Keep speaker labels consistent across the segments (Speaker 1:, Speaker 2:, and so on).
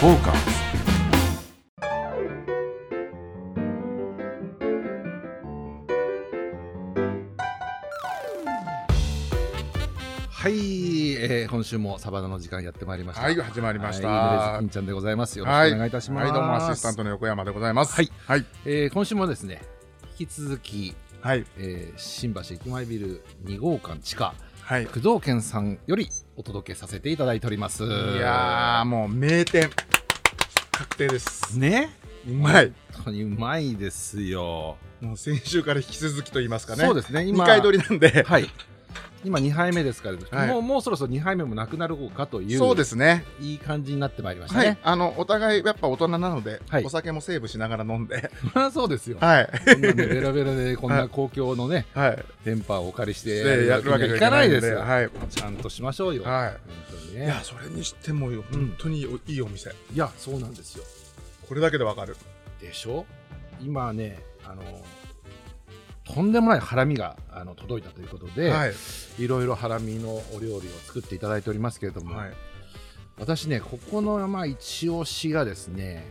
Speaker 1: フォーカスはい、えー、今週もサバナの時間やってまいりました。
Speaker 2: はい、始まりました。
Speaker 1: はい
Speaker 2: は
Speaker 1: イメージ金
Speaker 2: い、
Speaker 1: ちゃんでございます。よろしくお願いいたします。
Speaker 2: はい、どうもアシスタントの横山でございます。
Speaker 1: はい、
Speaker 2: はい、
Speaker 1: えー今週もですね、引き続き、
Speaker 2: はい、
Speaker 1: えー新橋駅前ビル2号館地下、
Speaker 2: はい。
Speaker 1: 工藤健さんよりお届けさせていただいております。い
Speaker 2: いやー、もう名店。確定です。
Speaker 1: ね、
Speaker 2: うまい。
Speaker 1: 本当にうまいですよ。
Speaker 2: もう先週から引き続きと言いますかね。
Speaker 1: そうですね、
Speaker 2: 二回取りなんで。
Speaker 1: はい。今2杯目ですから、
Speaker 2: はい
Speaker 1: もうもうそろそろ2杯目もなくなるかという
Speaker 2: そうですね。
Speaker 1: いい感じになってまいりました
Speaker 2: はい、
Speaker 1: ね。
Speaker 2: あのお互いやっぱ大人なので、
Speaker 1: はい
Speaker 2: お酒もセーブしながら飲んで、
Speaker 1: まあそうですよ。
Speaker 2: はい、
Speaker 1: こんなねベラベラでこん
Speaker 2: は
Speaker 1: ない公共のね、
Speaker 2: はい、
Speaker 1: 電波をお借りして
Speaker 2: でやるわけにはいいか
Speaker 1: か
Speaker 2: な
Speaker 1: ないい
Speaker 2: の
Speaker 1: で
Speaker 2: です
Speaker 1: よ。
Speaker 2: はい、
Speaker 1: ちゃんとしましょうよ。本
Speaker 2: は
Speaker 1: 当に
Speaker 2: い。い
Speaker 1: ね
Speaker 2: や、それにしてもよ、本当にいいお店。
Speaker 1: いや、そうなんですよ。
Speaker 2: これだけでわかる。
Speaker 1: でしょ今ね、あの、とんでもないハラミがあの届いたということで、
Speaker 2: はい、
Speaker 1: いろいろハラミのお料理を作っていただいておりますけれども、
Speaker 2: はい、
Speaker 1: 私ね、ここのまあ一押しがですね、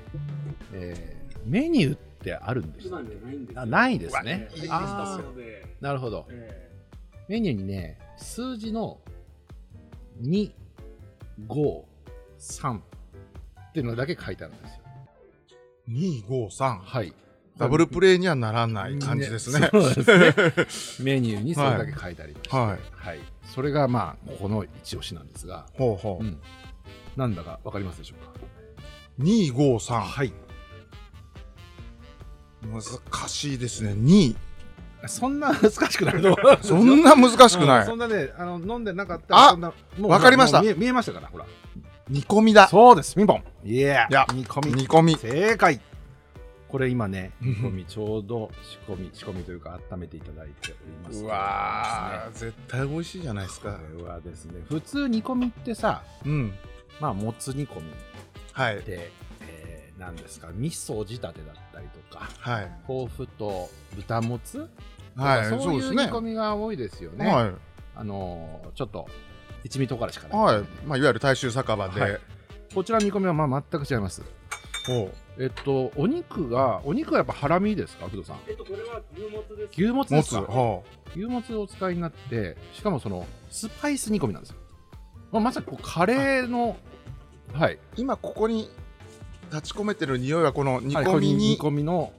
Speaker 1: えーメニューってあるんですかあないですね。
Speaker 2: うわいいです
Speaker 1: あーなるほど。メニューにね、数字の2、5、3っていうのだけ書いてあるんですよ。
Speaker 2: 二五三。
Speaker 1: はい。
Speaker 2: ダブルプレイにはならない感じですね。
Speaker 1: そう ですねメニューにそれだけ書いてありまして、は
Speaker 2: はいい
Speaker 1: それがまあ、ここの一押しなんですが、
Speaker 2: ほうほ
Speaker 1: う
Speaker 2: う。
Speaker 1: んなんだかわかりますでしょうか。
Speaker 2: 二五三。
Speaker 1: はい。
Speaker 2: 難しいですね。二。
Speaker 1: そんな難しくないと思います
Speaker 2: そんな難しくな
Speaker 1: うんそ
Speaker 2: い。
Speaker 1: んなね、あの飲んでなかった
Speaker 2: あ
Speaker 1: そんなもう
Speaker 2: わかりました
Speaker 1: もう見え見えましたから、ほら。
Speaker 2: 煮込みだ。
Speaker 1: そうです、ミンポン。いや
Speaker 2: いや
Speaker 1: 煮込み。
Speaker 2: 煮込み。
Speaker 1: 正解。これ今ね、
Speaker 2: うん
Speaker 1: 煮込み、ちょうど仕込み、仕込みというか、温めていただいております。
Speaker 2: うわー、絶対美味しいじゃないです
Speaker 1: こ
Speaker 2: か。
Speaker 1: れはですね、普通煮込みってさ、
Speaker 2: うん。
Speaker 1: まあ、もつ煮込み
Speaker 2: はい
Speaker 1: っ。て、えー、なんですか、味噌仕立てだったりとか、
Speaker 2: はい。
Speaker 1: 豆腐と豚もつ、
Speaker 2: はい。
Speaker 1: そ
Speaker 2: そうう
Speaker 1: い
Speaker 2: で
Speaker 1: う
Speaker 2: す
Speaker 1: 煮
Speaker 2: ね。
Speaker 1: 込みが多いですよね。
Speaker 2: は
Speaker 1: あのーちょっと一味唐辛子か
Speaker 2: い。
Speaker 1: な、
Speaker 2: はい。まあ、いわゆる大衆酒場
Speaker 1: は
Speaker 2: で
Speaker 1: い。こちらの煮込みはまあ全く違います。
Speaker 2: ほ
Speaker 1: えっと、お肉が、お肉はやっぱハラミですか、工藤さん。
Speaker 3: えっと、これは牛もつです。
Speaker 1: 牛もつ
Speaker 2: う。も
Speaker 1: で
Speaker 2: つ。
Speaker 1: すか
Speaker 2: ほ
Speaker 1: 牛もつをお使いになって、しかもその、スパイス煮込みなんですよ。まあ、まさにこうカレーの、はい、
Speaker 2: う。今、ここに立ち込めてる匂いは、この煮
Speaker 1: はい
Speaker 2: 込みに
Speaker 1: 煮。込みの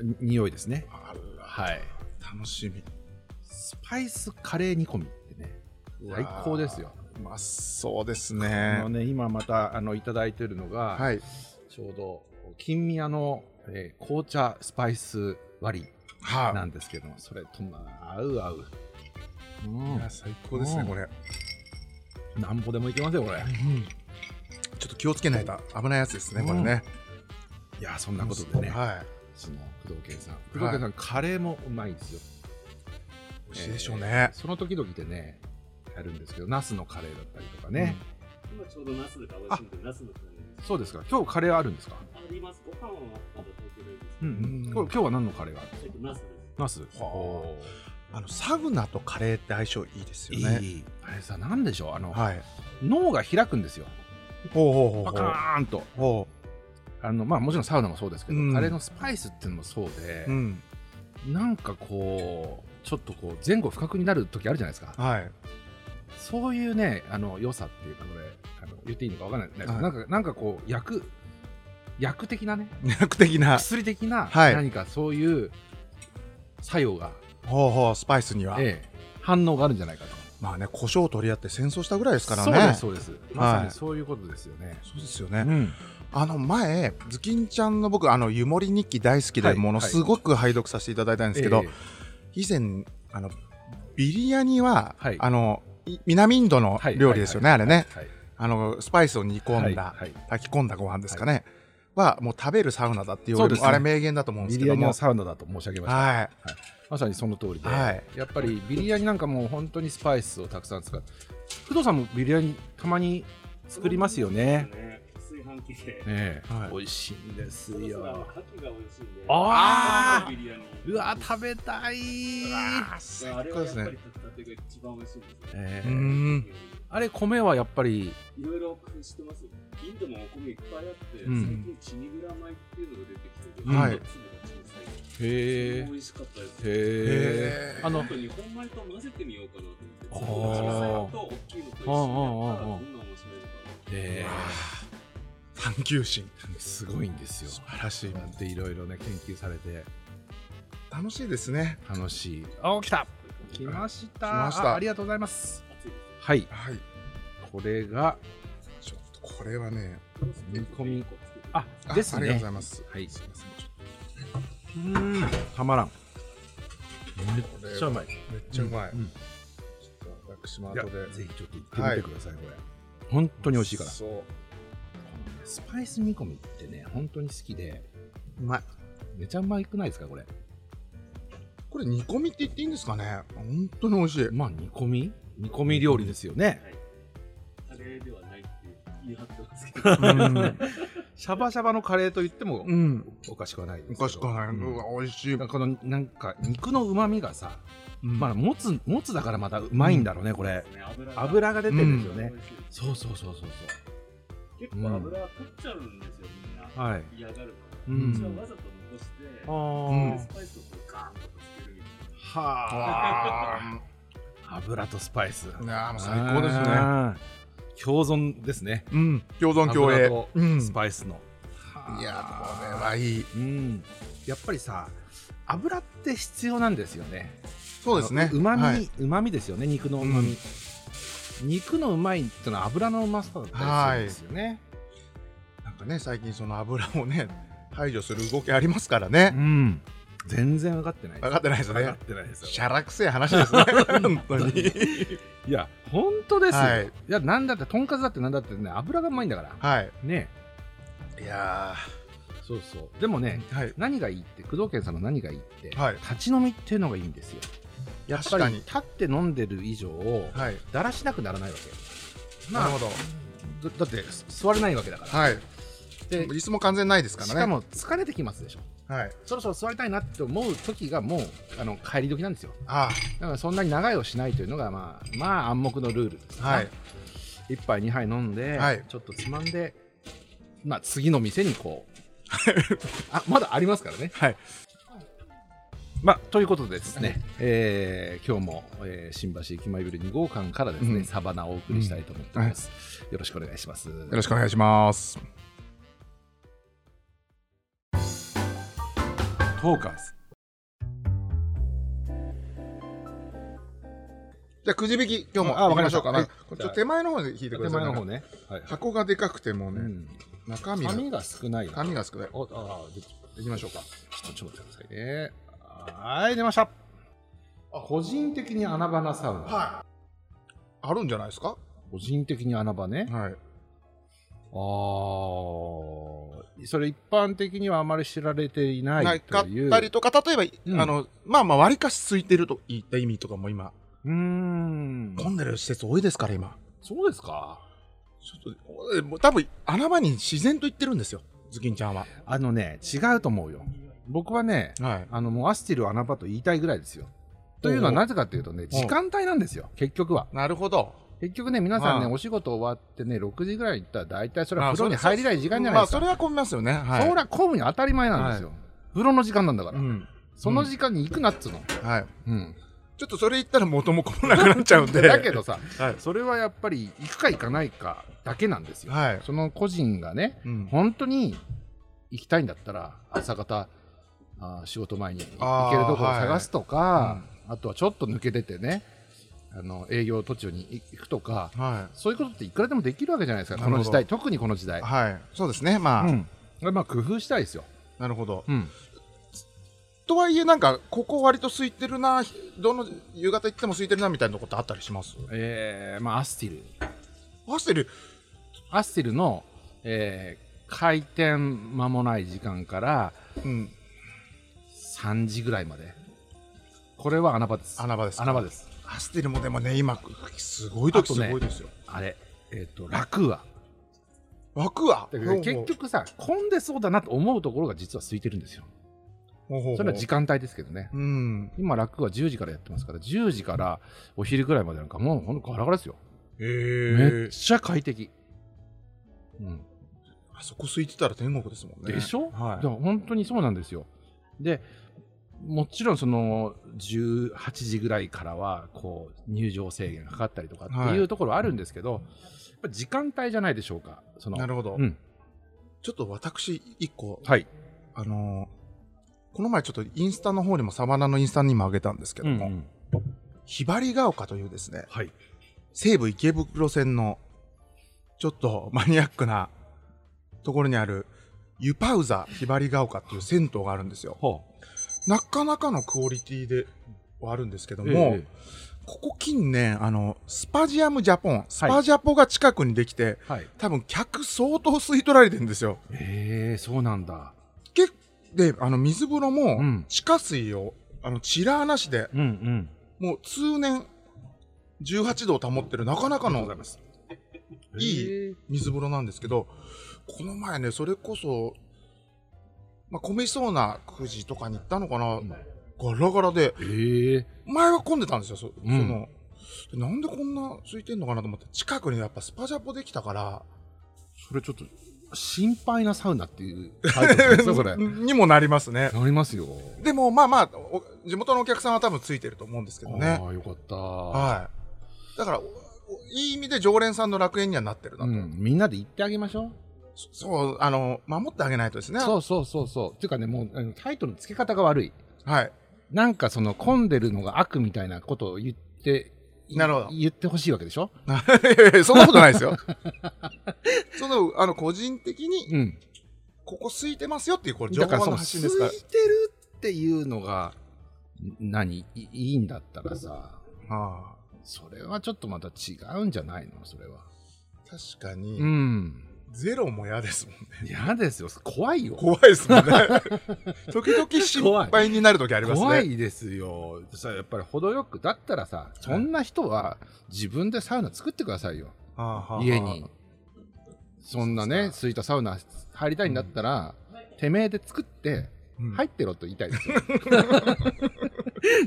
Speaker 1: に匂いですね。
Speaker 2: あ
Speaker 1: はい。
Speaker 2: ら楽しみ。
Speaker 1: スパイスカレー煮込みってね、最高ですよ。
Speaker 2: うまそうです
Speaker 1: あ
Speaker 2: ね
Speaker 1: の。ね、今また、あの、いただいてるのが、
Speaker 2: はい。
Speaker 1: ちょうど、金宮の、えー紅茶スパイス割り。
Speaker 2: はい。
Speaker 1: なんですけども、それとまあ、合う合う。う
Speaker 2: いや
Speaker 1: ん、
Speaker 2: 最高ですね、
Speaker 1: うん
Speaker 2: これ。
Speaker 1: なんぼでもいけますよ、これ。
Speaker 2: ちょっと気をつけないと危ないやつですね、これね。
Speaker 1: いや、そんなことでね、
Speaker 2: は
Speaker 1: その工藤健さん。工藤健さん、カレーもうまいんですよ。
Speaker 2: い。美味しいでしょう
Speaker 1: え
Speaker 2: ね
Speaker 1: ー。その時々でね、やるんですけど、ナスのカレーだったりとかね。
Speaker 3: 今ちょうどナスが美味しいんで、ナスのつまみです
Speaker 1: そうですか、今日カレーあるんですか。
Speaker 3: あります。ご飯はまだ炊いてないんです
Speaker 1: う
Speaker 3: け
Speaker 1: ん
Speaker 3: ど、
Speaker 1: うん
Speaker 2: うん
Speaker 1: 今日今日は何のカレーがある
Speaker 3: えっと、ナスです。
Speaker 1: ナス。
Speaker 2: あ
Speaker 1: お
Speaker 2: あのサウナとカレーって相性いいです
Speaker 1: ー
Speaker 2: よね。
Speaker 1: いい。あれさ、なんでしょう、あの、
Speaker 2: はい。
Speaker 1: 脳が開くんですよ。
Speaker 2: ほうほうほ
Speaker 1: パ
Speaker 2: う
Speaker 1: カ
Speaker 2: ほう。
Speaker 1: ーンと。
Speaker 2: ほ
Speaker 1: あのまあ、もちろんサウナもそうですけど、
Speaker 2: うん
Speaker 1: カレーのスパイスっていうのもそうで、
Speaker 2: う。うん。
Speaker 1: なんかこうちょっとこう前後不覚になる時あるじゃないですか
Speaker 2: はい。
Speaker 1: そういうねあの良さっていうかこれあの言っていいのかわかんないですけど、
Speaker 2: はい
Speaker 1: なんかなんかこう薬薬的なね
Speaker 2: 魅力的な。
Speaker 1: 薬的な
Speaker 2: はい
Speaker 1: 何かそういう作用が、
Speaker 2: ほうほう、スパイスには。
Speaker 1: ええ反応があるんじゃないかと
Speaker 2: まあね、胡椒を取り合って戦争したぐらいですから
Speaker 1: そうで
Speaker 2: ね。
Speaker 1: すそうです、まさにそういうことですよね、
Speaker 2: そうですよ
Speaker 1: う
Speaker 2: ね。
Speaker 1: ん、
Speaker 2: あの前、ズキンちゃんの僕、あの、湯守日記大好き
Speaker 1: は
Speaker 2: で、
Speaker 1: い
Speaker 2: ものすごく拝読させていただいたんですけど
Speaker 1: ええ、
Speaker 2: 以前、あの、ビリヤニは
Speaker 1: はい、
Speaker 2: あの、い南インドの
Speaker 1: はい
Speaker 2: 料理ですよね、
Speaker 1: は
Speaker 2: あ
Speaker 1: い
Speaker 2: れね。
Speaker 1: はい
Speaker 2: あの、スパイスを煮込ん
Speaker 1: は
Speaker 2: だ
Speaker 1: いはい、
Speaker 2: 炊き込んだご飯ですかね。は、もう食べるサウナだっていう、
Speaker 1: そうですね
Speaker 2: あれ名言だと思うんで
Speaker 1: ビ
Speaker 2: すけ
Speaker 1: リヤ
Speaker 2: ど
Speaker 1: ニ
Speaker 2: も
Speaker 1: は。サウナだと申し上げました、
Speaker 2: は
Speaker 1: まさにその通りで、
Speaker 2: はい
Speaker 1: やっぱりビリヤニなんかもう本当にスパイスをたくさん使って、工藤さんもビリヤニたまに作りますよね。
Speaker 3: ね。つい炊飯器で。
Speaker 1: ええ
Speaker 2: はい
Speaker 1: 美味しいんです
Speaker 3: そろそろあの
Speaker 1: よ
Speaker 3: 牡蠣が美味しいんで。
Speaker 1: あ
Speaker 2: あ
Speaker 3: ビリヤニ
Speaker 1: うわ食べたい
Speaker 2: 最高ですね
Speaker 3: ああれはやっぱり炊きたてが一番美味しいんですよ。
Speaker 1: え
Speaker 2: う
Speaker 1: え
Speaker 2: ん
Speaker 1: あれ米はやっぱり
Speaker 3: いろいろ工夫してますよ。インドもお米いっぱいあって、
Speaker 1: うん
Speaker 3: 最近チニグラ米っていうのが出てきてて、
Speaker 1: はい
Speaker 3: 粒が小さい。
Speaker 1: へ
Speaker 3: 美味しかったです。
Speaker 1: えへえ
Speaker 2: へー
Speaker 1: あ
Speaker 3: あ
Speaker 1: の
Speaker 3: の日本米と混ぜてみようかなと
Speaker 1: あ
Speaker 3: 思って。
Speaker 1: ー
Speaker 3: 小さいのと大きいのと一緒にやったらどんな面白いのか
Speaker 1: え
Speaker 2: 探求心
Speaker 1: えすごいんですよ
Speaker 2: 素晴らしい
Speaker 1: でいろいろね研究されて
Speaker 2: 楽しいですね
Speaker 1: 楽しいあ来た来ました
Speaker 2: 来ました
Speaker 1: あありがとうございます
Speaker 3: な。熱いですよ。
Speaker 1: はい
Speaker 2: はい
Speaker 1: これが
Speaker 2: ちょっとこれはね
Speaker 1: 煮込み
Speaker 3: あ
Speaker 1: あ、ですね
Speaker 2: ありがとうございます
Speaker 1: はい
Speaker 2: すいませんちょっ
Speaker 1: うんたまらんめっ
Speaker 2: とこれ
Speaker 1: ちゃうまい
Speaker 2: めっちゃうまい、
Speaker 1: うん
Speaker 2: ちょっと私も
Speaker 1: いや
Speaker 2: 後で
Speaker 1: ぜひちょっと行ってみてください、これ本当に美味しいから
Speaker 2: そう
Speaker 1: スパイス煮込みってね本当に好きで
Speaker 2: うまい
Speaker 1: めちゃうまくないですかこれ
Speaker 2: これ煮込みって言っていいんですかね本当に美味しい
Speaker 1: まあ煮込み煮込み料理ですよね
Speaker 3: カレーではないって言い張ってますけど。
Speaker 2: うん、
Speaker 1: シャバシャバのカレーと言っても
Speaker 2: うん、
Speaker 1: おかしくはないですけ
Speaker 2: お
Speaker 1: ど
Speaker 2: かしくはない、
Speaker 1: うん
Speaker 2: うわ美味しい、
Speaker 1: このなんか肉のうまみがさ、
Speaker 2: うん
Speaker 1: まあ、もつもつだからまたうまいんだろうね、これ
Speaker 3: 油が
Speaker 1: 油が出てるんですよね、
Speaker 3: 美味しいです
Speaker 1: そうそうそうそう
Speaker 3: 結構油は取っちゃうんですよ、みんな。
Speaker 1: そうはい
Speaker 3: 嫌がるから。
Speaker 1: う
Speaker 3: うちは
Speaker 1: ん
Speaker 3: わざと残して、
Speaker 1: あ
Speaker 2: うん
Speaker 1: ー
Speaker 3: スパイスをこうガーンとかつけるみたいな。
Speaker 1: は
Speaker 2: あ
Speaker 1: あ油とスパイス
Speaker 2: ーいやーもう最高ですね
Speaker 1: あー共存ですね
Speaker 2: うん共存共
Speaker 1: 油
Speaker 2: 栄
Speaker 1: と
Speaker 2: うん
Speaker 1: スパイスの、
Speaker 2: いやーこれはいい
Speaker 1: うんやっぱりさ油って必要なんですよね
Speaker 2: そうですね
Speaker 1: うまみ、
Speaker 2: はいう
Speaker 1: まみですよね肉のうまみ、肉のうまいってのは油のうまさだったりするんですよね、
Speaker 2: なんかね最近その油をね排除する動きありますからね、
Speaker 1: うん全然分かってない
Speaker 2: 分かってないです
Speaker 1: 分か
Speaker 2: ね
Speaker 1: ってないです
Speaker 2: し
Speaker 1: よ
Speaker 2: ゃらくせえ話で すね本当に
Speaker 1: いや本当ですよ、
Speaker 2: はい
Speaker 1: い、やなんだってとんかつだってなんだってね油がうまいんだから
Speaker 2: はい
Speaker 1: ね
Speaker 2: いや
Speaker 1: そうそうでも
Speaker 2: ー
Speaker 1: ね
Speaker 2: はい
Speaker 1: 何がいいって工藤健さんの何がいいって、
Speaker 2: はい
Speaker 1: 立ち飲みっていうのがいいんですよやっ
Speaker 2: 確
Speaker 1: ぱ
Speaker 2: か
Speaker 1: り
Speaker 2: に
Speaker 1: 立って飲んでる以上
Speaker 2: はい
Speaker 1: だらしなくならないわけ
Speaker 2: なるほど
Speaker 1: どだだって座れないわけだから
Speaker 2: はい
Speaker 1: で
Speaker 2: 椅子も完全ないですからね
Speaker 1: しかも疲れてきますでしょ
Speaker 2: はい
Speaker 1: そろそろ座りたいなって思う時がもうあの帰り時なんですよ
Speaker 2: あ
Speaker 1: だからそんなに長いをしないというのがまあまあ暗黙のルールです
Speaker 2: ーはい
Speaker 1: 1杯2杯飲んで、
Speaker 2: はい
Speaker 1: ちょっとつまんでまあ次の店にこ うあまだありますからね
Speaker 2: はい
Speaker 1: まあということでですね、えー今日も、えー新橋駅前ビル2号館からですね、
Speaker 2: うん
Speaker 1: サバナをお送りしたいと思っております、よろしくお願いします
Speaker 2: よろしくお願いします
Speaker 1: トーカーズ
Speaker 2: じゃあくじ引き今日も
Speaker 1: ああ
Speaker 2: 行きましょうか
Speaker 1: わ
Speaker 2: な
Speaker 1: かりました
Speaker 2: これちょっと手前の方で引いてく
Speaker 1: 手
Speaker 2: ださい
Speaker 1: 前の方ね、はいはい
Speaker 2: 箱がでかくても
Speaker 1: う
Speaker 2: ね
Speaker 1: ん、
Speaker 2: 中身が
Speaker 1: 紙が少ないな
Speaker 2: 紙が少ない
Speaker 1: おああでできましょうかちょっとちょっと待ってくださいねはーい出ました個人的に穴場なサウナ、
Speaker 2: あるんじゃないですか
Speaker 1: 個人的に穴場ね、あ
Speaker 2: はい
Speaker 1: あーそれ一般的にはあまり知られていな
Speaker 2: ないか
Speaker 1: と
Speaker 2: っ
Speaker 1: いう
Speaker 2: たりとか例えば、
Speaker 1: うん
Speaker 2: あのまあまあわりかし空いてるといった意味とかも今
Speaker 1: うーん
Speaker 2: 混んでる施設多いですから今
Speaker 1: そうですか
Speaker 2: ちょっとえもう多分穴場に自然と行ってるんですよズキンちゃんは
Speaker 1: あのね違うと思うよ僕はね
Speaker 2: はい
Speaker 1: あのもうアスティルを穴場と言いたいぐらいですよというのはなぜかというとね時間帯なんですよ結局は
Speaker 2: なるほど
Speaker 1: 結局ね皆さんね
Speaker 2: はい
Speaker 1: お仕事終わってね6時ぐらいに行ったら大体それ
Speaker 2: ま
Speaker 1: は
Speaker 2: あ
Speaker 1: 風呂に
Speaker 2: それ
Speaker 1: 入りたい時間じゃない
Speaker 2: ま
Speaker 1: で
Speaker 2: あ
Speaker 1: すか
Speaker 2: それは混みますよねはい
Speaker 1: そら混むに当たり前なんですよ、風呂の時間なんだから、
Speaker 2: うん
Speaker 1: その時間に行くなっつうの、
Speaker 2: はい
Speaker 1: うん
Speaker 2: ちょっとそれ言ったら元も子もなくなっちゃうん で
Speaker 1: だけどさ
Speaker 2: はい
Speaker 1: それはやっぱり行くか行かないかだけなんですよ、
Speaker 2: はい、
Speaker 1: その個人がね
Speaker 2: うん
Speaker 1: 本当に行きたいんだったら朝方あー仕事前に
Speaker 2: あ
Speaker 1: 行
Speaker 2: ー
Speaker 1: けるところを探すとか、
Speaker 2: は
Speaker 1: あとはちょっと抜け出てねあの営業途中に行くとか
Speaker 2: は
Speaker 1: そういうことっていくらでもできるわけじゃないですかこ
Speaker 2: な
Speaker 1: の
Speaker 2: る
Speaker 1: 時
Speaker 2: ほど
Speaker 1: 代特にこの時代、
Speaker 2: い、はい、そうですねまあ、
Speaker 1: うんまあ工夫したいですよ、
Speaker 2: なるほど
Speaker 1: うん、
Speaker 2: とはいえなんかここ割と空いてるなどの夕方行っても空いてるなみたいなとこってあったりします
Speaker 1: えーまあアスティル
Speaker 2: アステル
Speaker 1: アスティルの、えー開店間もない時間から
Speaker 2: うん
Speaker 1: 3時ぐらいまでこれは穴場です
Speaker 2: 穴場ですか
Speaker 1: 穴場です
Speaker 2: アステルもでもね今すごい時すごいですよ、
Speaker 1: あれえっ、とラクーア
Speaker 2: 湧くわ
Speaker 1: だから結局さ、混んでそうだなと思うところが実は空いてるんですよ。
Speaker 2: ほうほうほう
Speaker 1: それは時間帯ですけどね。
Speaker 2: うん
Speaker 1: 今、楽は10時からやってますから、10時からお昼ぐらいまでなんか、もうほんとガラガラですよ。
Speaker 2: え
Speaker 1: めっ
Speaker 2: ー、
Speaker 1: ちゃ快適。うん、
Speaker 2: あそこ空いてたら天国ですもんね
Speaker 1: でしょ、だ
Speaker 2: は
Speaker 1: から本当にそうなんですよ。でもちろんその18時ぐらいからはこう入場制限がかかったりとかっていうところはあるんですけど、やっぱ時間帯じゃないでしょうか。そ
Speaker 2: い
Speaker 1: の
Speaker 2: なるほど、
Speaker 1: うん、
Speaker 2: ちょっと私一個
Speaker 1: はい、
Speaker 2: あのーこの前ちょっとインスタの方にもサバナのインスタにも上げたんですけども、
Speaker 1: うん
Speaker 2: ひばりが丘というですね
Speaker 1: はい、
Speaker 2: 西武池袋線のちょっとマニアックなところにある湯パウザひばりが丘っていう銭湯があるんですよ
Speaker 1: ほ
Speaker 2: なかなかのクオリティではあるんですけど
Speaker 1: う
Speaker 2: も、
Speaker 1: え
Speaker 2: ここ近年あのスパジアムジャポンスパジャポが近くにできて、
Speaker 1: えはい、
Speaker 2: 多分客相当吸い取られてるんですよ
Speaker 1: えー、そうなんだ。
Speaker 2: 結であの水風呂
Speaker 1: う
Speaker 2: も
Speaker 1: ん
Speaker 2: 地下水をあのチラーなしで
Speaker 1: うんうん。
Speaker 2: もう通年18度を保ってるなかなかの
Speaker 1: す。
Speaker 2: いい
Speaker 1: えー
Speaker 2: 水風呂なんですけど、この前ね、それこそ、まあ、混みそうな9時とかに行ったのかな、
Speaker 1: ん
Speaker 2: ガラガラで、
Speaker 1: えー、
Speaker 2: 前は混んでたんですよ、そ,、
Speaker 1: うん
Speaker 2: の。でなんでこんな空いてんのかなと思って、近くにやっぱスパジャポできたから、
Speaker 1: それちょっと心配なサウナって いうタイトルなんですよそれ。な
Speaker 2: にもなりますね。
Speaker 1: りますよ。
Speaker 2: でも、まあまあ、お地元のお客さんは多分ついてると思うんですけどね
Speaker 1: あ。あよかった。
Speaker 2: はい。だから、おおいい意味で常連さんの楽園にはなってるな
Speaker 1: う
Speaker 2: と。
Speaker 1: ん、みんなで行ってあげましょう。
Speaker 2: そそう、あの、守ってあげないとですね。
Speaker 1: そうそうそうそう。っていうかね、もうあのタイトルの付け方が悪い。
Speaker 2: はい。
Speaker 1: なんかその混んでるのが悪みたいなことを言って、い
Speaker 2: なるほど
Speaker 1: 言ってほしいわけでしょ
Speaker 2: いやいやいやそんなことないですよ。その、あの、個人的に、
Speaker 1: うん。
Speaker 2: ここ空いてますよっていう、これ、情
Speaker 1: だから
Speaker 2: 報
Speaker 1: その、
Speaker 2: の発
Speaker 1: 空
Speaker 2: 信
Speaker 1: い
Speaker 2: ですから。
Speaker 1: てるっていうのが、ん何いいいんだったらさ、
Speaker 2: あ
Speaker 1: それはちょっとまた違うんじゃないのそれは。
Speaker 2: あ確かに、
Speaker 1: うん。
Speaker 2: ゼロも嫌ですもんね。
Speaker 1: 嫌ですよ。怖いよ。
Speaker 2: 怖いですも んね。時々心配になる時ありますね。
Speaker 1: 怖いですよ。さやっぱり程よく。だったらさ、そんな人は自分でサウナ作ってくださいよ。
Speaker 2: はあはあ
Speaker 1: 家に。そんな
Speaker 2: そう
Speaker 1: ね
Speaker 2: で、す
Speaker 1: 空いたサウナ入りたいんだったら、てめえで作って、
Speaker 2: うん
Speaker 1: 入ってろと言いたい ですよ。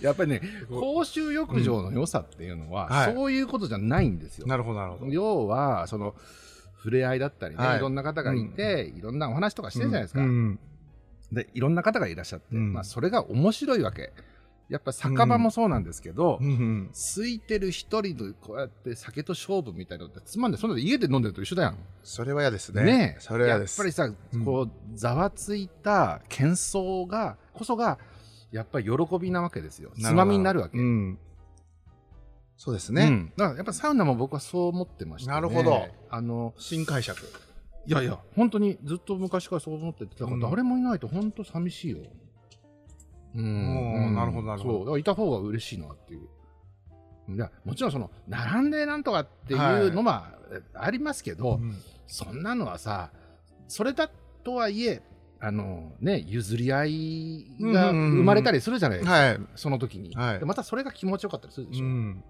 Speaker 1: やっぱりね、公衆浴場の良さっていうのは、
Speaker 2: うんはい
Speaker 1: そういうことじゃないんですよ。
Speaker 2: なるほど、なるほど。
Speaker 1: 要は、その、触れ合いだったりね、
Speaker 2: はい
Speaker 1: い、ろんな方がいて、いろんなお話とかしてるじゃないですか。
Speaker 2: うんうん
Speaker 1: で、いろんな方がいらっしゃって、
Speaker 2: うん
Speaker 1: まあ、それが面白いわけ。やっぱ酒場もそうなんですけど、
Speaker 2: うんうん
Speaker 1: 空いてる一人のこうやって酒と勝負みたいなのってつまんないそんなの家で飲んでると一緒だやん
Speaker 2: それは嫌ですね。
Speaker 1: ねえ
Speaker 2: それは嫌です。
Speaker 1: やっぱりさ、
Speaker 2: うん
Speaker 1: こうざわついた喧騒がこそがやっぱり喜びなわけですよ
Speaker 2: な
Speaker 1: つ
Speaker 2: るほど
Speaker 1: まみになるわけ
Speaker 2: うんそうです
Speaker 1: う
Speaker 2: ね。
Speaker 1: んだからやっぱサウナも僕はそう思ってました、ね、
Speaker 2: なるほど
Speaker 1: あの
Speaker 2: 新解釈。
Speaker 1: いやいや本当にずっと昔からそう思っててだか
Speaker 2: うん
Speaker 1: ら誰もいないと本当寂しいようん、
Speaker 2: おーなるほどなるほど
Speaker 1: そうだからいた方が嬉しいなっていういやもちろんその並んでなんとかって
Speaker 2: はいいう
Speaker 1: のもあありますけど、
Speaker 2: うん
Speaker 1: そんなのはさ、それだとはいえ、あのね、譲り合いが
Speaker 2: うんうんうんうん
Speaker 1: 生まれたりするじゃないですか、
Speaker 2: はい。
Speaker 1: その時に、
Speaker 2: はい
Speaker 1: でまたそれが気持ちよかったりするでし
Speaker 2: う
Speaker 1: ょ。
Speaker 2: ん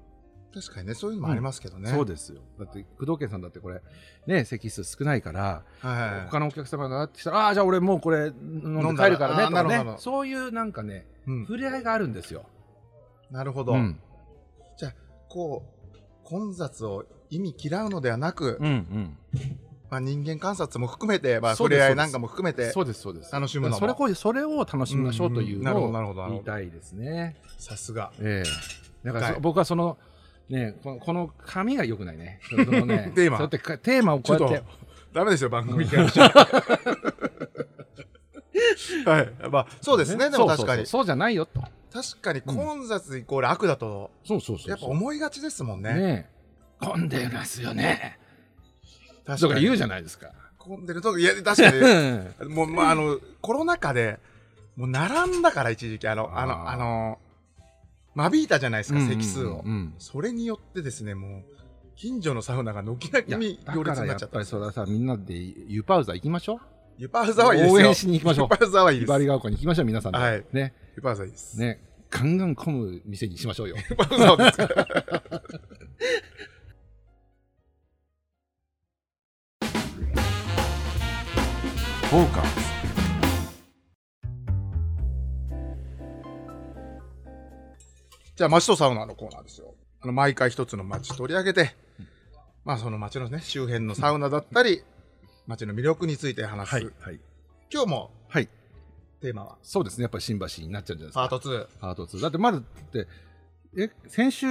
Speaker 2: 確かにね、そういうのもありますけどね。
Speaker 1: そうですよだって工藤家さんだってこれね席数少ないから、
Speaker 2: はい。
Speaker 1: 他のお客様があってきたら「ああじゃあ俺もうこれ飲
Speaker 2: 飲ん
Speaker 1: んで
Speaker 2: だら
Speaker 1: 帰るからね」
Speaker 2: あー
Speaker 1: とか
Speaker 2: なるほ
Speaker 1: ね
Speaker 2: ど
Speaker 1: そういうなんかね
Speaker 2: うん
Speaker 1: 触れ合いがあるんですよ。
Speaker 2: なるほど、
Speaker 1: うん
Speaker 2: こう混雑を意味嫌うのではなく、
Speaker 1: うん
Speaker 2: まあ、人間観察も含めて、まあ、
Speaker 1: そう
Speaker 2: 触
Speaker 1: です
Speaker 2: れ合いなんかも含め
Speaker 1: うん
Speaker 2: て
Speaker 1: そうですそうです
Speaker 2: 楽しむのも
Speaker 1: それこそそれを楽しみましょうという
Speaker 2: うん
Speaker 1: の
Speaker 2: うんなるほど
Speaker 1: を
Speaker 2: なるほど
Speaker 1: 言いたいですね。
Speaker 2: さすが
Speaker 1: ええだから
Speaker 2: は
Speaker 1: そ
Speaker 2: い
Speaker 1: 僕はその、ね、このこの紙が良くないね。そのね
Speaker 2: テーマ
Speaker 1: そうやってかテーマを
Speaker 2: ちょ
Speaker 1: こ
Speaker 2: っ
Speaker 1: うやっ
Speaker 2: と
Speaker 1: て。
Speaker 2: ダメですよ番組からしちゃ はいまあそうですねでも
Speaker 1: そうそ
Speaker 2: 確
Speaker 1: う
Speaker 2: か
Speaker 1: そ
Speaker 2: に
Speaker 1: うそうじゃないよと。
Speaker 2: 確かに混雑イコール悪だと
Speaker 1: そうそうそう。
Speaker 2: やっぱ思いがちですもんね
Speaker 1: ねえ。混んでますよね。
Speaker 2: 確
Speaker 1: と
Speaker 2: か
Speaker 1: か
Speaker 2: に
Speaker 1: 言うじゃないですか。
Speaker 2: 混んでるといや確 かにもう、まあ、あのコロナ禍でもう並んだから一時期あのあの
Speaker 1: あー
Speaker 2: あの間引いたじゃないですか席数を、
Speaker 1: うんうん
Speaker 2: それによってですね、もう、近所のサウナが軒並
Speaker 1: いや
Speaker 2: み行
Speaker 1: だか
Speaker 2: 列
Speaker 1: ら
Speaker 2: にな
Speaker 1: や
Speaker 2: っちゃ
Speaker 1: っ
Speaker 2: っ
Speaker 1: ぱ
Speaker 2: た
Speaker 1: り。それはさみんなでユパウザ行きましょ
Speaker 2: ユパウ
Speaker 1: う
Speaker 2: ザはいいですよ。
Speaker 1: 応援しに行きましょ
Speaker 2: ユパウザは
Speaker 1: う
Speaker 2: いい
Speaker 1: ひ
Speaker 2: です
Speaker 1: ば。りが丘に行きましょう皆さんで、
Speaker 2: はい
Speaker 1: ね
Speaker 2: ユパウザはいいです。
Speaker 1: ねガンガン混む店にしましょう よ
Speaker 2: ユパウザはですか
Speaker 4: 「
Speaker 2: フォーカスじゃあ町とサウナのコーナーですよあの毎回一つの町取り上げて、まあその町のね周辺のサウナだったり町の魅力について話す、
Speaker 1: はい、はい、
Speaker 2: 今日も
Speaker 1: はい、
Speaker 2: テーマは
Speaker 1: そうですね、やっぱり新橋になっちゃうんじゃないですか
Speaker 2: パー。ト2
Speaker 1: パート2。だってまだって、え、先週、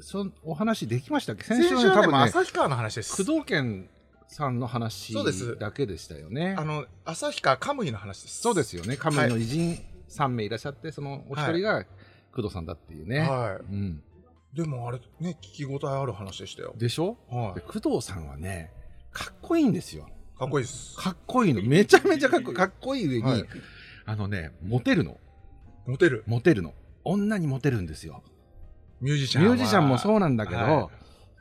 Speaker 1: そのお話できましたっけ先
Speaker 2: 先
Speaker 1: 週
Speaker 2: 週
Speaker 1: ね、
Speaker 2: は
Speaker 1: 多
Speaker 2: ね
Speaker 1: 分
Speaker 2: まあ
Speaker 1: ね、
Speaker 2: 旭川の話です
Speaker 1: 工藤健さんの話
Speaker 2: そうです
Speaker 1: だけでしたよね
Speaker 2: あ。の旭川カムイの話です
Speaker 1: そうですよね。カムイの偉人3名いらっしゃって、そのお一人が工藤さんだっていうね。
Speaker 2: は
Speaker 1: うん、
Speaker 2: いでもあれね聞き応えある話でしたよ
Speaker 1: でしょ
Speaker 2: は
Speaker 1: で工藤さんはね、かっこいいんですよ。
Speaker 2: いかっこいいです
Speaker 1: かっこいいの。めちゃめちゃかっこいい。かっこいい上に、
Speaker 2: はい
Speaker 1: あのね、モテるの。
Speaker 2: モテる
Speaker 1: モテるの。女にモテるんですよ。
Speaker 2: ミュージシャン
Speaker 1: ミ
Speaker 2: は
Speaker 1: ュージシャンもそうなんだけど、
Speaker 2: は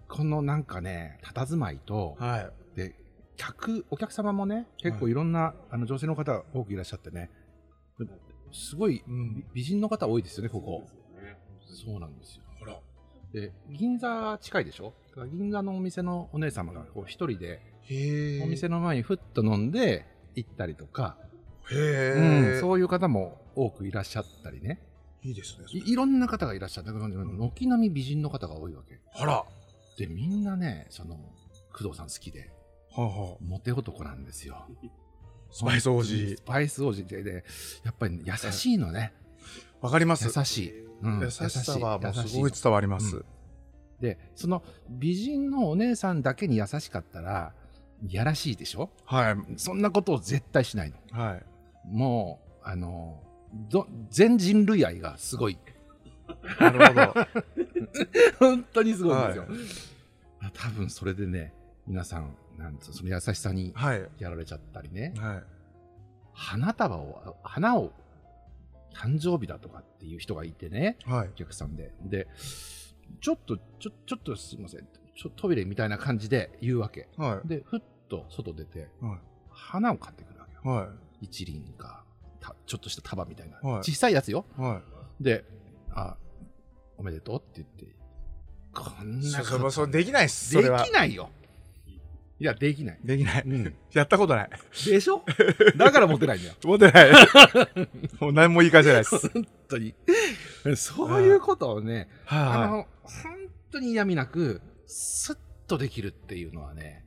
Speaker 1: このなんかね、佇まいと、
Speaker 2: はい
Speaker 1: で、客、お客様もね、結構いろんな、あの女性の方多くいらっしゃってね、すごい
Speaker 2: うん
Speaker 1: 美美人の方多いですよね、ここ。
Speaker 3: そうですよね
Speaker 1: そうなんですよ。
Speaker 2: ほら
Speaker 1: で、銀座近いでしょだから銀座のお店のお姉様がこう一人で、
Speaker 2: へえ
Speaker 1: お店の前にふっと飲んで行ったりとか、う
Speaker 2: へ
Speaker 1: ん
Speaker 2: え、
Speaker 1: そういう方も多くいらっしゃったりね、
Speaker 2: いいですねそれ
Speaker 1: いいろんな方がいらっしゃって、だから軒並み美人の方が多いわけ。
Speaker 2: あらは
Speaker 1: でみんなねその工藤さん好きで
Speaker 2: あはあ
Speaker 1: モテ男なんですよ
Speaker 2: スパイス王子
Speaker 1: スパイス王子ででやっぱりね、優しいのね
Speaker 2: わかります
Speaker 1: 優しい、うん
Speaker 2: 優しさはもうすご
Speaker 1: 優
Speaker 2: い
Speaker 1: し
Speaker 2: 伝わります、
Speaker 1: 優しいでその美人のお姉さんだけに優しかったらいやらしいでしょ
Speaker 2: はい
Speaker 1: そんなことを絶対しないの
Speaker 2: はい
Speaker 1: もうあのど全人類愛がすごい
Speaker 2: なるほど
Speaker 1: 本当にすごいんですよ、多分それでね皆さんなんつうのその優しさに
Speaker 2: はい
Speaker 1: やられちゃったりね、
Speaker 2: はい
Speaker 1: 花束を、花を誕生日だとかっていう人がいてね、
Speaker 2: はい
Speaker 1: お客さんで。で、ちょっと、ちょちょっとすいません、ちょトイレみたいな感じで言うわけ。
Speaker 2: は
Speaker 1: で、ふっと外出て、
Speaker 2: はい
Speaker 1: 花を買ってくるわけよ。
Speaker 2: いは
Speaker 1: 一輪か、たちょっとした束みたいな、
Speaker 2: はい
Speaker 1: 小さいやつよ。
Speaker 2: いはい
Speaker 1: で、あ、おめでとうって言って、こんな
Speaker 2: そ
Speaker 1: こ
Speaker 2: そ
Speaker 1: と
Speaker 2: そできないっすそ
Speaker 1: で
Speaker 2: れは
Speaker 1: きないよ。いや、できない。
Speaker 2: できない
Speaker 1: うん、
Speaker 2: やったことない
Speaker 1: でしょだからモテないんだよ。
Speaker 2: モテない もう何も言い返せない です
Speaker 1: 本当に。 そういうことをね、あ
Speaker 2: は
Speaker 1: の、本当に嫌味なく、スッとできるっていうのはね、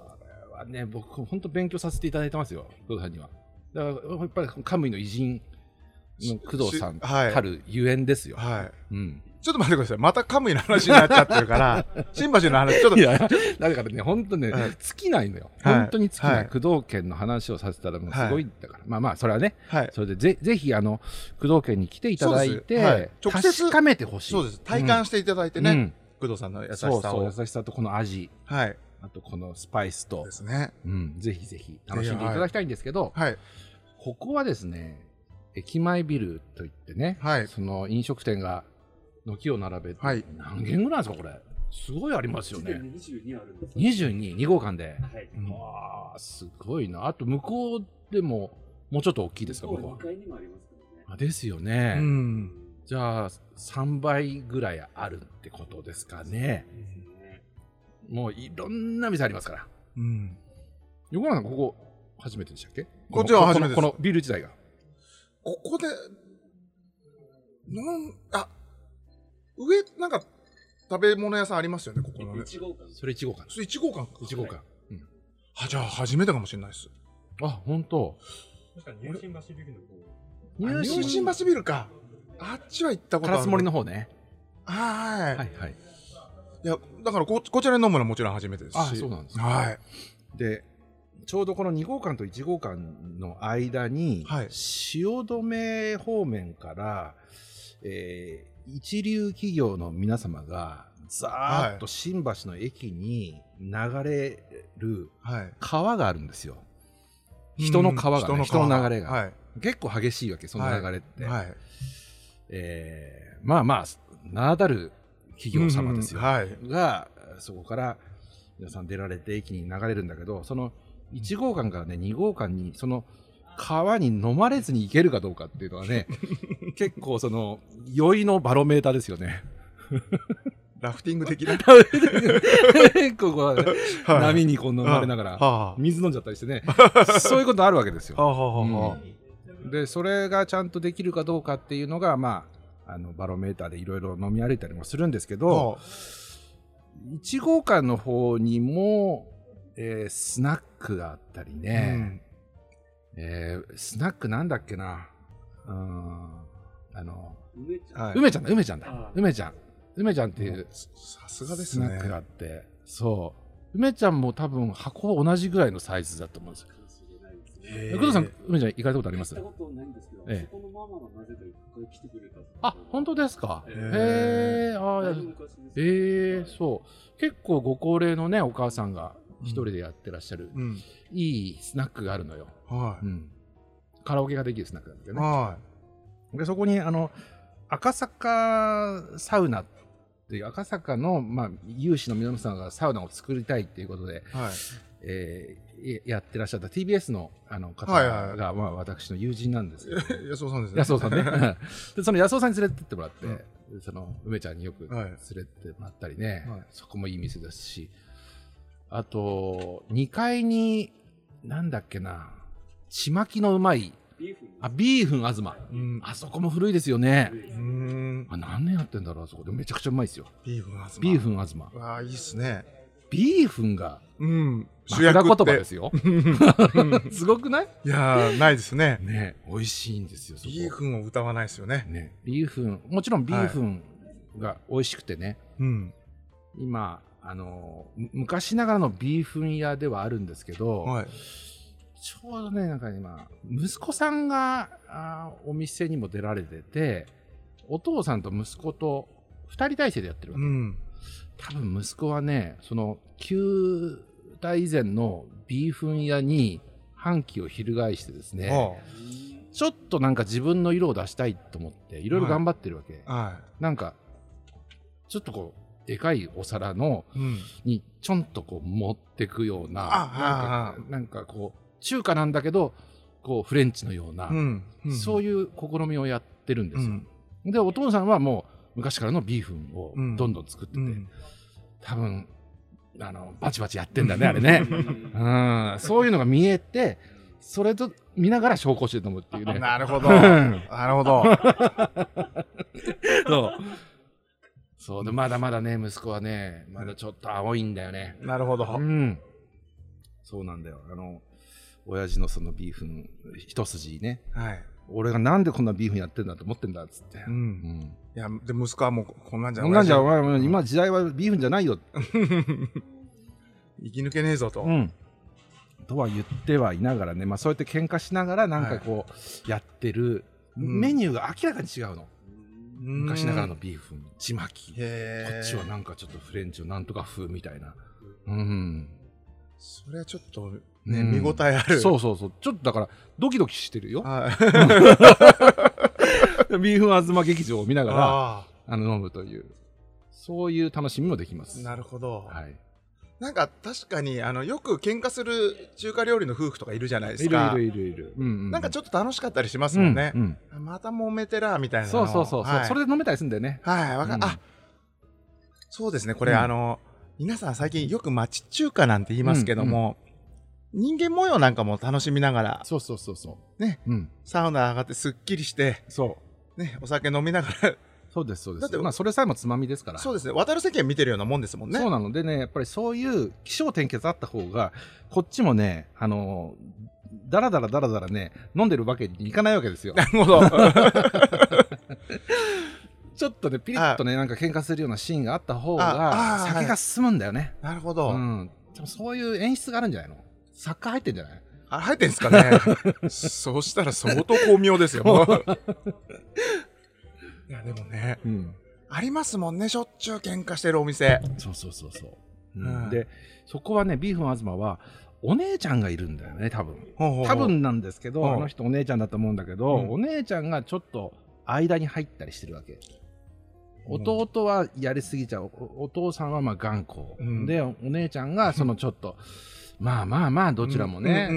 Speaker 1: これはね、僕、本当勉強させていただいてますよ、工藤さんには。だから、やっぱり、カムイの偉人の工藤さん
Speaker 2: しはい
Speaker 1: たるゆえんです
Speaker 2: い
Speaker 1: よ。
Speaker 2: はい
Speaker 1: うん。
Speaker 2: ちょっと待ってくださいまたカムイの話になっちゃってるから 新橋の話ちょっと
Speaker 1: いや、だからね、本当ね、
Speaker 2: はい
Speaker 1: 尽きないのよ。
Speaker 2: はい
Speaker 1: 本当に尽きない。
Speaker 2: はい
Speaker 1: 工藤家の話をさせたら、もうすごいんだから。まあまあ、それはね、
Speaker 2: はい
Speaker 1: それでぜ、ぜひ、あの、工藤家に来ていただい
Speaker 2: そうですはい
Speaker 1: て、
Speaker 2: 直接
Speaker 1: 確かめてほしい。
Speaker 2: そうです体感していただいてね、
Speaker 1: うん
Speaker 2: 工藤さんの優しさ
Speaker 1: そ
Speaker 2: を
Speaker 1: うそう優しさとこの味
Speaker 2: はい
Speaker 1: あとこのスパイスと
Speaker 2: で、すね
Speaker 1: うん、ぜひぜひ楽しんでいただきたいんですけど、
Speaker 2: はい
Speaker 1: ここはですね駅前ビルといってね、
Speaker 2: はい
Speaker 1: その飲食店が軒を並べて、
Speaker 2: はい
Speaker 1: 何軒ぐらいなんですかこれすごいありますよ
Speaker 3: 一
Speaker 1: ね
Speaker 3: 年に22あるんですよ。
Speaker 1: 222号館で、
Speaker 3: はい。
Speaker 2: うん
Speaker 1: わあすごいなあと向こうでももうちょっと大きいですかここ
Speaker 3: 向
Speaker 1: は
Speaker 3: う二階にもありますからね。
Speaker 1: あですよね、
Speaker 2: うん
Speaker 1: じゃあ3倍ぐらいあるってことですかね
Speaker 3: ですよね。
Speaker 1: もういろんな店ありますから
Speaker 2: うん
Speaker 1: 横山さん、ここ、初めてでしたっけ
Speaker 2: こっちは初めてです
Speaker 1: このこのこのビル自体が。
Speaker 2: ここで、なん、あ、上、なんか、食べ物屋さんありますよね、ここのね。
Speaker 3: 1号館。
Speaker 1: それ1号館。
Speaker 2: それ1号館か。
Speaker 1: 1号館。
Speaker 2: あ、じゃあ初めてかもしれないです。
Speaker 1: あ、本当。
Speaker 3: 確かに入信橋ビルの方。
Speaker 1: 入
Speaker 2: あ入信橋ビルか。あっちは行ったこと
Speaker 1: カ
Speaker 2: ある。
Speaker 1: ラス森の。方ね。
Speaker 2: はい。、
Speaker 1: はいいはい。
Speaker 2: や、だからこ、こちらに飲むのはもちろん初めてですし。
Speaker 1: あ、そうなんですか。
Speaker 2: はい。
Speaker 1: で、ちょうどこの2号館と1号館の間に、
Speaker 2: はい
Speaker 1: 汐留方面から、えー一流企業の皆様が、ざーっと新橋の駅に流れる
Speaker 2: はい。
Speaker 1: 川があるんですよ。 人の川がね
Speaker 2: うん
Speaker 1: 人の流れが
Speaker 2: はい。
Speaker 1: 結構激しいわけ、その流れって。
Speaker 2: はい。
Speaker 1: えーまあまあ名だる企業様ですよ、
Speaker 2: うんはい。
Speaker 1: がそこから皆さん出られて駅に流れるんだけどその1号館からね2号館にその川に飲まれずに行けるかどうかっ ていうのはね結構その酔いのバロメーターですよね
Speaker 2: ラフティング的な。
Speaker 1: ここはね、
Speaker 2: はい
Speaker 1: 波にこう飲まれなが
Speaker 2: は
Speaker 1: ら、
Speaker 2: あは
Speaker 1: 水飲んじゃったりして ね、そういうことあるわけです
Speaker 2: あ
Speaker 1: よ。
Speaker 2: はあはあはあ
Speaker 1: で、それがちゃんとできるかどうかっていうのが、まあ、あのバロメーターでいろいろ飲み歩いたりもするんですけど、
Speaker 2: はあ
Speaker 1: 1号館の方にも、えースナックがあったり
Speaker 2: う
Speaker 1: ね、
Speaker 2: ん
Speaker 1: えースナックなんだっけな、うーん、あの、
Speaker 3: 梅ちゃん。
Speaker 2: はい
Speaker 1: 梅ちゃんだ、梅ちゃんだ
Speaker 3: あ、ー
Speaker 1: 梅ちゃん、梅ちゃんっていう
Speaker 2: ささすがで
Speaker 1: ス
Speaker 2: す
Speaker 1: ナ
Speaker 2: ね。
Speaker 1: ックがあって、そう、梅ちゃんも多分箱は同じぐらいのサイズだと思うんですよ。
Speaker 3: かもしれないですね
Speaker 2: へえ
Speaker 1: 工藤さん、梅ちゃん行かれたことありま
Speaker 3: 行
Speaker 1: す
Speaker 3: ったことないんですけど、
Speaker 1: ええ
Speaker 3: そこのママがなぜか一回来てくれた
Speaker 1: あ、本当
Speaker 3: で
Speaker 1: ですか。
Speaker 3: え
Speaker 1: へ
Speaker 3: え
Speaker 1: え、あ
Speaker 3: だいぶ
Speaker 1: ー
Speaker 3: 昔ですけど
Speaker 1: え
Speaker 3: は
Speaker 1: ー、
Speaker 3: い
Speaker 1: そう。結構ご高齢のね、お母さんが一人でやってらっしゃる、
Speaker 2: うん。
Speaker 1: いいスナックがあるのよ。
Speaker 2: は
Speaker 1: うん。カラオケができるスナックなんだけ
Speaker 2: い。
Speaker 1: どね。
Speaker 2: は
Speaker 1: で、そこに、あの、赤坂サウナっていう、赤坂の、まあ、有志の皆さんがサウナを作りたいっていうことで、
Speaker 2: い。はい。
Speaker 1: えーややってらっしゃった TBS のあの方が、
Speaker 2: はいはいはい
Speaker 1: まあ、私の友人なんですけど、
Speaker 2: 安尾さんです ね。
Speaker 1: 安尾さんね。 で、その安尾さんに連れてってもらって、その梅ちゃんによく
Speaker 2: はい
Speaker 1: 連れてってもらったりね、
Speaker 2: はい
Speaker 1: そこもいい店ですし、あと、2階に、なんだっけな、ちまきのうまい、
Speaker 3: ビーフンです
Speaker 1: あ、ビーフン東。
Speaker 2: うん。
Speaker 1: あそこも古いですよね。
Speaker 2: うーん。
Speaker 1: あ何年やってんだろう、あそこ。でもめちゃくちゃうまいですよ。
Speaker 2: ビーフン集ま
Speaker 1: ビーフン東。
Speaker 2: ン。わあ、いいっすね。
Speaker 1: ビーフンが
Speaker 2: うん。
Speaker 1: 枕言葉で
Speaker 2: て。
Speaker 1: すよ。
Speaker 2: うん
Speaker 1: すごくない
Speaker 2: いやー、ないですね。
Speaker 1: ね、美味しいんですよ、 そこ
Speaker 2: ビーフンを歌わないですよね。
Speaker 1: ね、ビーフン、もちろんビーフンが美味しくてね、
Speaker 2: うん。
Speaker 1: 今あのむ昔ながらのビーフン屋ではあるんですけど、
Speaker 2: はい。
Speaker 1: ちょうどねなんか今息子さんがあーお店にも出られててお父さんと息子と2人体制でやってるわ
Speaker 2: う
Speaker 1: け、
Speaker 2: ん。
Speaker 1: 多分息子はねその旧代以前のビーフン屋に反旗を翻してですね、
Speaker 2: は
Speaker 1: ちょっとなんか自分の色を出したいと思っていろいろ頑張ってるわけ、
Speaker 2: あ。は
Speaker 1: なんかちょっとこうでかいお皿の
Speaker 2: い。うん。
Speaker 1: にちょんとこう持ってくような
Speaker 2: あ
Speaker 1: なんかなんかこう中華なんだけどこうフレンチのような、
Speaker 2: うん。うん
Speaker 1: そういう試みをやってるんで
Speaker 2: う
Speaker 1: すよ、
Speaker 2: ん。
Speaker 1: でお父さんはもう昔からのビーフンを
Speaker 2: うん
Speaker 1: どんどん作ってて、
Speaker 2: うん。
Speaker 1: 多分あのバチバチやってんだねあれ ね
Speaker 3: うん
Speaker 1: うんそういうのが見えてそれと見ながら証拠してると思うっていうね
Speaker 2: なる ほど。
Speaker 1: う
Speaker 2: なんるほど。
Speaker 1: そう。そうで、まだまだね、息子はね、まだちょっと青いんだよね。
Speaker 2: なるほど。
Speaker 1: うん。そうなんだよ。あの、親父のそのビーフン一筋ね。
Speaker 2: はい。
Speaker 1: 俺がなんでこんなビーフンやってんだと思ってんだっつって。
Speaker 2: う。
Speaker 1: うんん。
Speaker 2: いや、で、息子はもう、こんなんじゃ、
Speaker 1: こんなんじゃ、お
Speaker 2: 親
Speaker 1: 前もう今時代はビーフンじゃないよ。
Speaker 2: 父生き抜けねえぞと。
Speaker 1: ん。とは言ってはいながらね、まあそうやって喧嘩しながらなんかこう、やってる、
Speaker 2: うん
Speaker 1: メニューが明らかに違うの。昔ながらの
Speaker 2: へ
Speaker 1: ビーフン、ちまき。
Speaker 2: え。
Speaker 1: こっちはなんかちょっとフレンチのなんとか風みたいな。うん。
Speaker 2: それはちょっとね、
Speaker 1: うん
Speaker 2: 見応えある。
Speaker 1: そうそうそう。ちょっとだから、ドキドキしてるよ。
Speaker 2: はい。
Speaker 1: ビーフンあずま劇場を見ながら、あ
Speaker 2: あ
Speaker 1: の、飲むという。そういう楽しみもできま
Speaker 2: あ、
Speaker 1: す。
Speaker 2: なるほど。
Speaker 1: はい。
Speaker 2: なんか確かに、あの、よく喧嘩する中華料理の夫婦とかいるじゃないです
Speaker 1: いる
Speaker 2: か。
Speaker 1: いるいるいる。うん、うん。
Speaker 2: なんかち
Speaker 1: ょっ
Speaker 2: ょっと楽しかったりしますもんね。
Speaker 1: うん
Speaker 2: また揉めてら、みた
Speaker 1: う
Speaker 2: い
Speaker 1: ん
Speaker 2: なの。
Speaker 1: そうそうそうそう、
Speaker 2: はい、
Speaker 1: それで飲めたりするんだよね。
Speaker 2: はい、わか、
Speaker 1: うん
Speaker 2: あ、そうですね。これ、
Speaker 1: うん
Speaker 2: あの、皆さん最近よく町中華なんて言いますけども、人間模様なんかも楽しみながら、
Speaker 1: そうそうそうそう。
Speaker 2: ね。
Speaker 1: うん。
Speaker 2: サウナ上がってすっきりして、
Speaker 1: そう。
Speaker 2: ね、お酒飲みなが ら、
Speaker 1: そうです、そうです。
Speaker 2: だって
Speaker 1: まあ、それさえもつまみですから。
Speaker 2: そうですね、渡る世間見てるようなもんですもんね。
Speaker 1: そうなのでね、やっぱりそういう気象転結あった方が、こっちもね、あのー、だらだらだらだらね、飲んでるわけにいかないわけですよ。
Speaker 2: なる ほど。
Speaker 1: ちょっとね、ピリッとね、なんか喧嘩するようなシーンがあった方
Speaker 2: あ
Speaker 1: が、
Speaker 2: あー
Speaker 1: 酒が進むんだよね。
Speaker 2: なるほ
Speaker 1: う
Speaker 2: ど。
Speaker 1: ん。でもそういう演出があるんじゃないのサッカー入ってんじゃない
Speaker 2: あ入ってんですかね。 そうしたら相当巧妙ですよ。もう いや、でもね、
Speaker 1: うん。
Speaker 2: ありますもんね、しょっちゅう喧嘩してるお店。
Speaker 1: そうそうそうそう。
Speaker 2: うん
Speaker 1: で、そこはね、ビーフン東は、お姉ちゃんがいるんだよね、多分。
Speaker 2: ほうほうほう
Speaker 1: 多分なんですけど、
Speaker 2: うん
Speaker 1: あの人お姉ちゃんだと思うんだけど、
Speaker 2: うん
Speaker 1: お姉ちゃんがちょっと間に入ったりしてるわけ。
Speaker 2: うん
Speaker 1: 弟はやりすぎちゃう。おお父さんはまあ頑固。
Speaker 2: うん
Speaker 1: で、おお姉ちゃんがそのちょっと、まあまあまあ、どちらもね、
Speaker 2: うん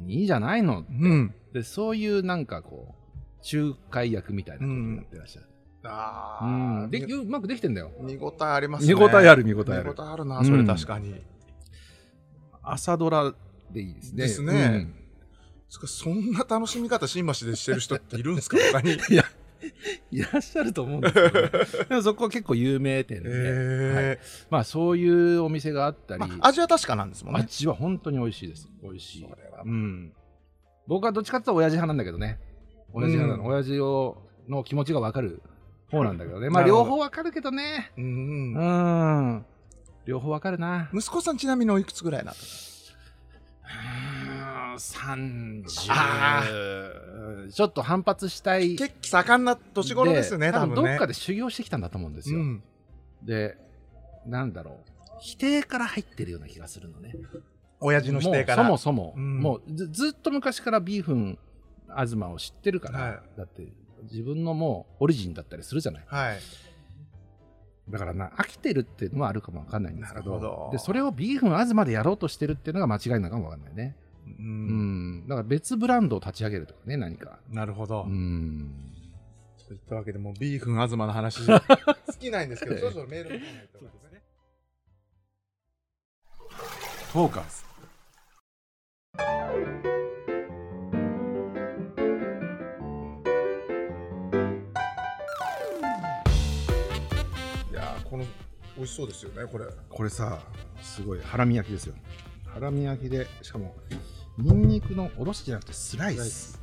Speaker 2: うん
Speaker 1: いいじゃないのって。
Speaker 2: うん。うん
Speaker 1: で、そういうなんかこう、仲介役みたいなことになってらっしゃる。
Speaker 2: あ
Speaker 1: う
Speaker 2: ー
Speaker 1: ん、でうまくできてんだよ。
Speaker 2: 見応えありますね。
Speaker 1: 見応えある見応えあ
Speaker 2: 見
Speaker 1: る
Speaker 2: 応えあるな、それ確かに。
Speaker 1: 朝ドラでいいですね。
Speaker 2: ですねつうかそんな楽しみ方、新橋でしてる人っているんですか、 他に。へ
Speaker 1: うんいらっしゃると思うんですけ どね、でもそこは結構有名店で、はい
Speaker 2: え。
Speaker 1: まあそういうお店があったり、
Speaker 2: まあ味は確かなんですもんね。
Speaker 1: 味は本当に美味しいです。美味しい
Speaker 2: そ。れは
Speaker 1: うん。僕はどっちかっていうと親父派なんだけどね。親父派なの。
Speaker 2: うん
Speaker 1: 親父をの気持ちがわかる方なんだけどね。まあ
Speaker 2: なるほ
Speaker 1: 両
Speaker 2: ど
Speaker 1: 方わかるけどね。
Speaker 2: うん
Speaker 1: う
Speaker 2: うん
Speaker 1: ん。両方わかるな。
Speaker 2: 息子さん、ちなみにおいくつぐらいなんですかあ
Speaker 1: 30ちょっと反発したい
Speaker 2: 結構盛んな年頃ですよね、多
Speaker 1: 多
Speaker 2: 分
Speaker 1: 分
Speaker 2: ね。
Speaker 1: どっかで修行してきたんだと思うんですよ、
Speaker 2: うん
Speaker 1: でなんだろう否定から入ってるような気がするのね
Speaker 2: 親父の否定から。
Speaker 1: もうそもそも、
Speaker 2: うん
Speaker 1: もうずずっと昔からビーフン東を知ってるから、
Speaker 2: はい
Speaker 1: だって自分のもうオリジンだったりするじゃない
Speaker 2: はい。
Speaker 1: だからな飽きてるっていうのはあるかもわかんないんですけど
Speaker 2: なるほど
Speaker 1: でそれをビーフン東でやろうとしてるっていうのが間違いなのかもわかんないね
Speaker 2: う
Speaker 1: うんんだから別ブランドを立ち上げるとかね何か
Speaker 2: なるほど。
Speaker 1: うん
Speaker 2: といったわけでもうビーフン東の 話好きないんですけどそろそろメールの方に行った方がいいですねトーカーズいやーこの美味しそうですよねこれ
Speaker 1: これさすごいハラミ焼きですよハラミ焼きでしかもニンニクのおろしじゃなくてスライス
Speaker 2: スライス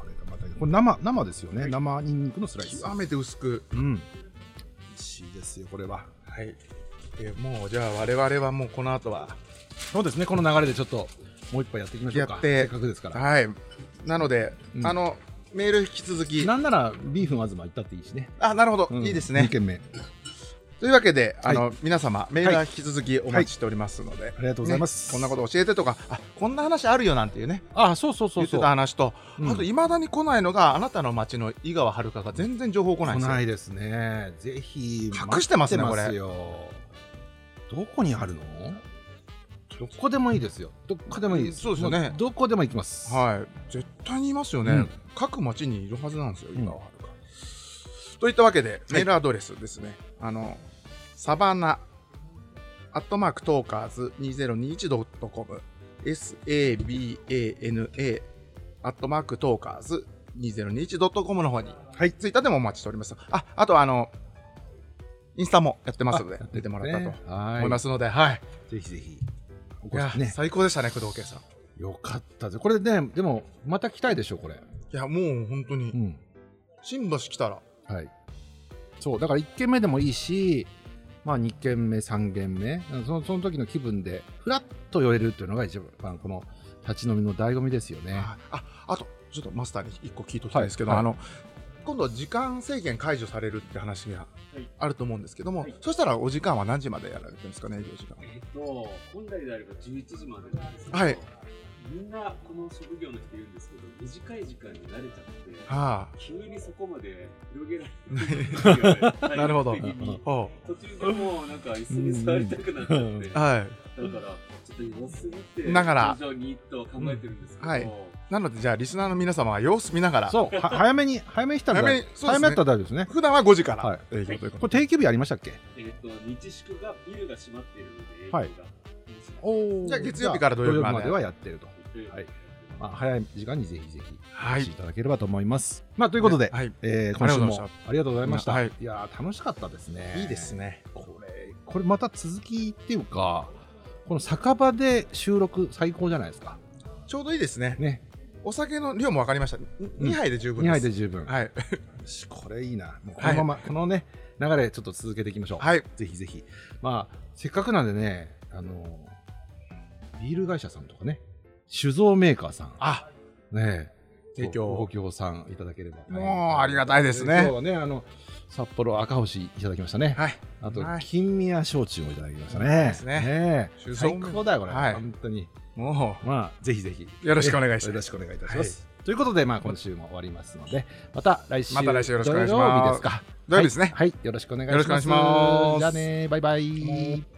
Speaker 1: これがまたこれ生生ですよね、
Speaker 2: はい
Speaker 1: 生ニンニクのスライス
Speaker 2: 極めて薄く
Speaker 1: うん美味しいですよこれは
Speaker 2: はいえもうじゃあ我々はもうこの後は
Speaker 1: そうですねこの流れでちょっともう一杯やっていきましょうか
Speaker 2: やって
Speaker 1: せっかくですから
Speaker 2: はいなので、
Speaker 1: うん
Speaker 2: あのメール引き続き
Speaker 1: なんならビーフン東行ったっていいしね、
Speaker 2: あなるほど、
Speaker 1: うん
Speaker 2: いいですね
Speaker 1: 2軒目あ
Speaker 2: というわけで、あの、
Speaker 1: は
Speaker 2: 皆様、メールは引き続きお待ちしておりますので、
Speaker 1: りがとうございます、
Speaker 2: ねこんなこと教えてとか、あこんな話あるよなんていうね、
Speaker 1: あそうそうそう
Speaker 2: 言っ
Speaker 1: そ
Speaker 2: て
Speaker 1: う
Speaker 2: た話と、
Speaker 1: うん
Speaker 2: あと、いまだに来ないのが、あなたの町の井川遥が全然情報来ないん
Speaker 1: 来
Speaker 2: ですよ
Speaker 1: ないですねぜひ
Speaker 2: 隠してますね
Speaker 1: 待ってますよどこにあるのどこでもいいですよどこでもいいです
Speaker 2: そうですよね
Speaker 1: もどこでも行きます
Speaker 2: はい、絶対にいますよね、
Speaker 1: うん
Speaker 2: 各町にいるはずなんですよ、井
Speaker 1: ん
Speaker 2: 川遥、といったわけで、メールアドレスですね、あのサバナ、アットマークトーカーズ 2021.com、SABANA、アットマークトーカーズ 2021.com の方に、はい、ツイッターでもお待ちしております。ああとあの、インスタもやってますので、出てもらったと
Speaker 1: とは
Speaker 2: 思いますすので、はい、
Speaker 1: ぜひぜひお
Speaker 2: い
Speaker 1: 越
Speaker 2: や
Speaker 1: しね
Speaker 2: 最高でしたね、工藤圭さん。い
Speaker 1: よかったぜこれねでもまた来たいでしょこれ
Speaker 2: や、もう本当に、
Speaker 1: ん
Speaker 2: 新橋来たら、
Speaker 1: はいそうだから1軒目でもいいしまあ2軒目3軒目そのその時の気分でふらっと寄れるっていうのが一番この立ち飲みの醍醐味ですよね
Speaker 2: はいああとちょっとマスターに一個聞いときたいんですけど、
Speaker 1: はい
Speaker 2: あの今度は時間制限解除されるって話が
Speaker 3: い
Speaker 2: あると思うんですけども、
Speaker 3: はい
Speaker 2: そしたらお時間は何時までやられてるんですかね営業時間
Speaker 3: えっと、本来であれば11時までなんですけど、
Speaker 2: はい
Speaker 3: みんなこの職業の人いるんですけど、短い時間に慣れちゃって、
Speaker 2: は
Speaker 3: 急にそこまで広げられるんですよ
Speaker 2: あ、
Speaker 3: ね
Speaker 2: なるほど
Speaker 3: 体力的に
Speaker 2: おう
Speaker 3: 途中でもうなんか椅子に座りたくなっちゃ
Speaker 1: うん
Speaker 3: って、だか
Speaker 2: はい
Speaker 3: らちょっと様子見て、
Speaker 2: ながら
Speaker 3: 徐々にと考えてるんですけど、
Speaker 2: うんはいなのでじゃあリスナーの皆様は様子見ながら
Speaker 1: そうは早めに早めに来たら
Speaker 2: 早めにそうですね
Speaker 1: 早めだったら大丈夫ですね
Speaker 2: 普段は5時から、
Speaker 1: はい
Speaker 2: 営業という
Speaker 1: こ
Speaker 2: こと
Speaker 1: れ
Speaker 2: で、
Speaker 1: 定休日ありましたっけ
Speaker 3: えっと、日宿がビルが閉まっているので、営業が
Speaker 1: はいお
Speaker 2: じゃあ月曜日から土曜日まで
Speaker 1: はやってると、
Speaker 3: はい
Speaker 1: まあ、早い時間にぜひぜひ
Speaker 2: は
Speaker 1: お
Speaker 2: い
Speaker 1: 越しいただければと思います、まあということで、
Speaker 2: はい、
Speaker 1: えー今週
Speaker 2: ありがとうございま
Speaker 1: もありがとうございました、
Speaker 2: はい
Speaker 1: い、やー楽しかったですね
Speaker 2: いいですね
Speaker 1: これこれまた続きっていうかこの酒場で収録最高じゃないですか
Speaker 2: ちょうどいいですね
Speaker 1: ね
Speaker 2: お酒の量も分かりました2杯で十分
Speaker 1: 2
Speaker 2: です、
Speaker 1: 杯で十分、
Speaker 2: はい、
Speaker 1: よしこれいいなもうこのまま、このね流れちょっと続けていきましょう、
Speaker 2: はい、
Speaker 1: ぜひぜひまあせっかくなんでねあのビール会社さんとかね酒造メーカーさん
Speaker 2: あ
Speaker 1: ねえ、
Speaker 2: 提供
Speaker 1: ごご協賛いただければ、
Speaker 2: もうありがたいですね
Speaker 1: 今日はね、あの札幌赤星いただきましたね。
Speaker 2: はい
Speaker 1: あと
Speaker 2: はい
Speaker 1: 金宮焼酎もいただきましたね。
Speaker 2: ですね
Speaker 1: ねえ
Speaker 2: 酒造
Speaker 1: 最高だよこれ、
Speaker 2: はい
Speaker 1: 本当に。
Speaker 2: も
Speaker 1: まあぜひぜひ
Speaker 2: うよろしくお願いし
Speaker 1: よ
Speaker 2: ま
Speaker 1: ろ
Speaker 2: す
Speaker 1: しくお願いいたします。ということでまあ今週も終わりますので、また来週
Speaker 2: また来週よろしくお願いします
Speaker 1: 土曜日ですか。
Speaker 2: 土曜日ですね
Speaker 1: はい、はいよろしくお願いします。
Speaker 2: よろしくお願いします
Speaker 1: じゃあね、バイバイ。
Speaker 2: もう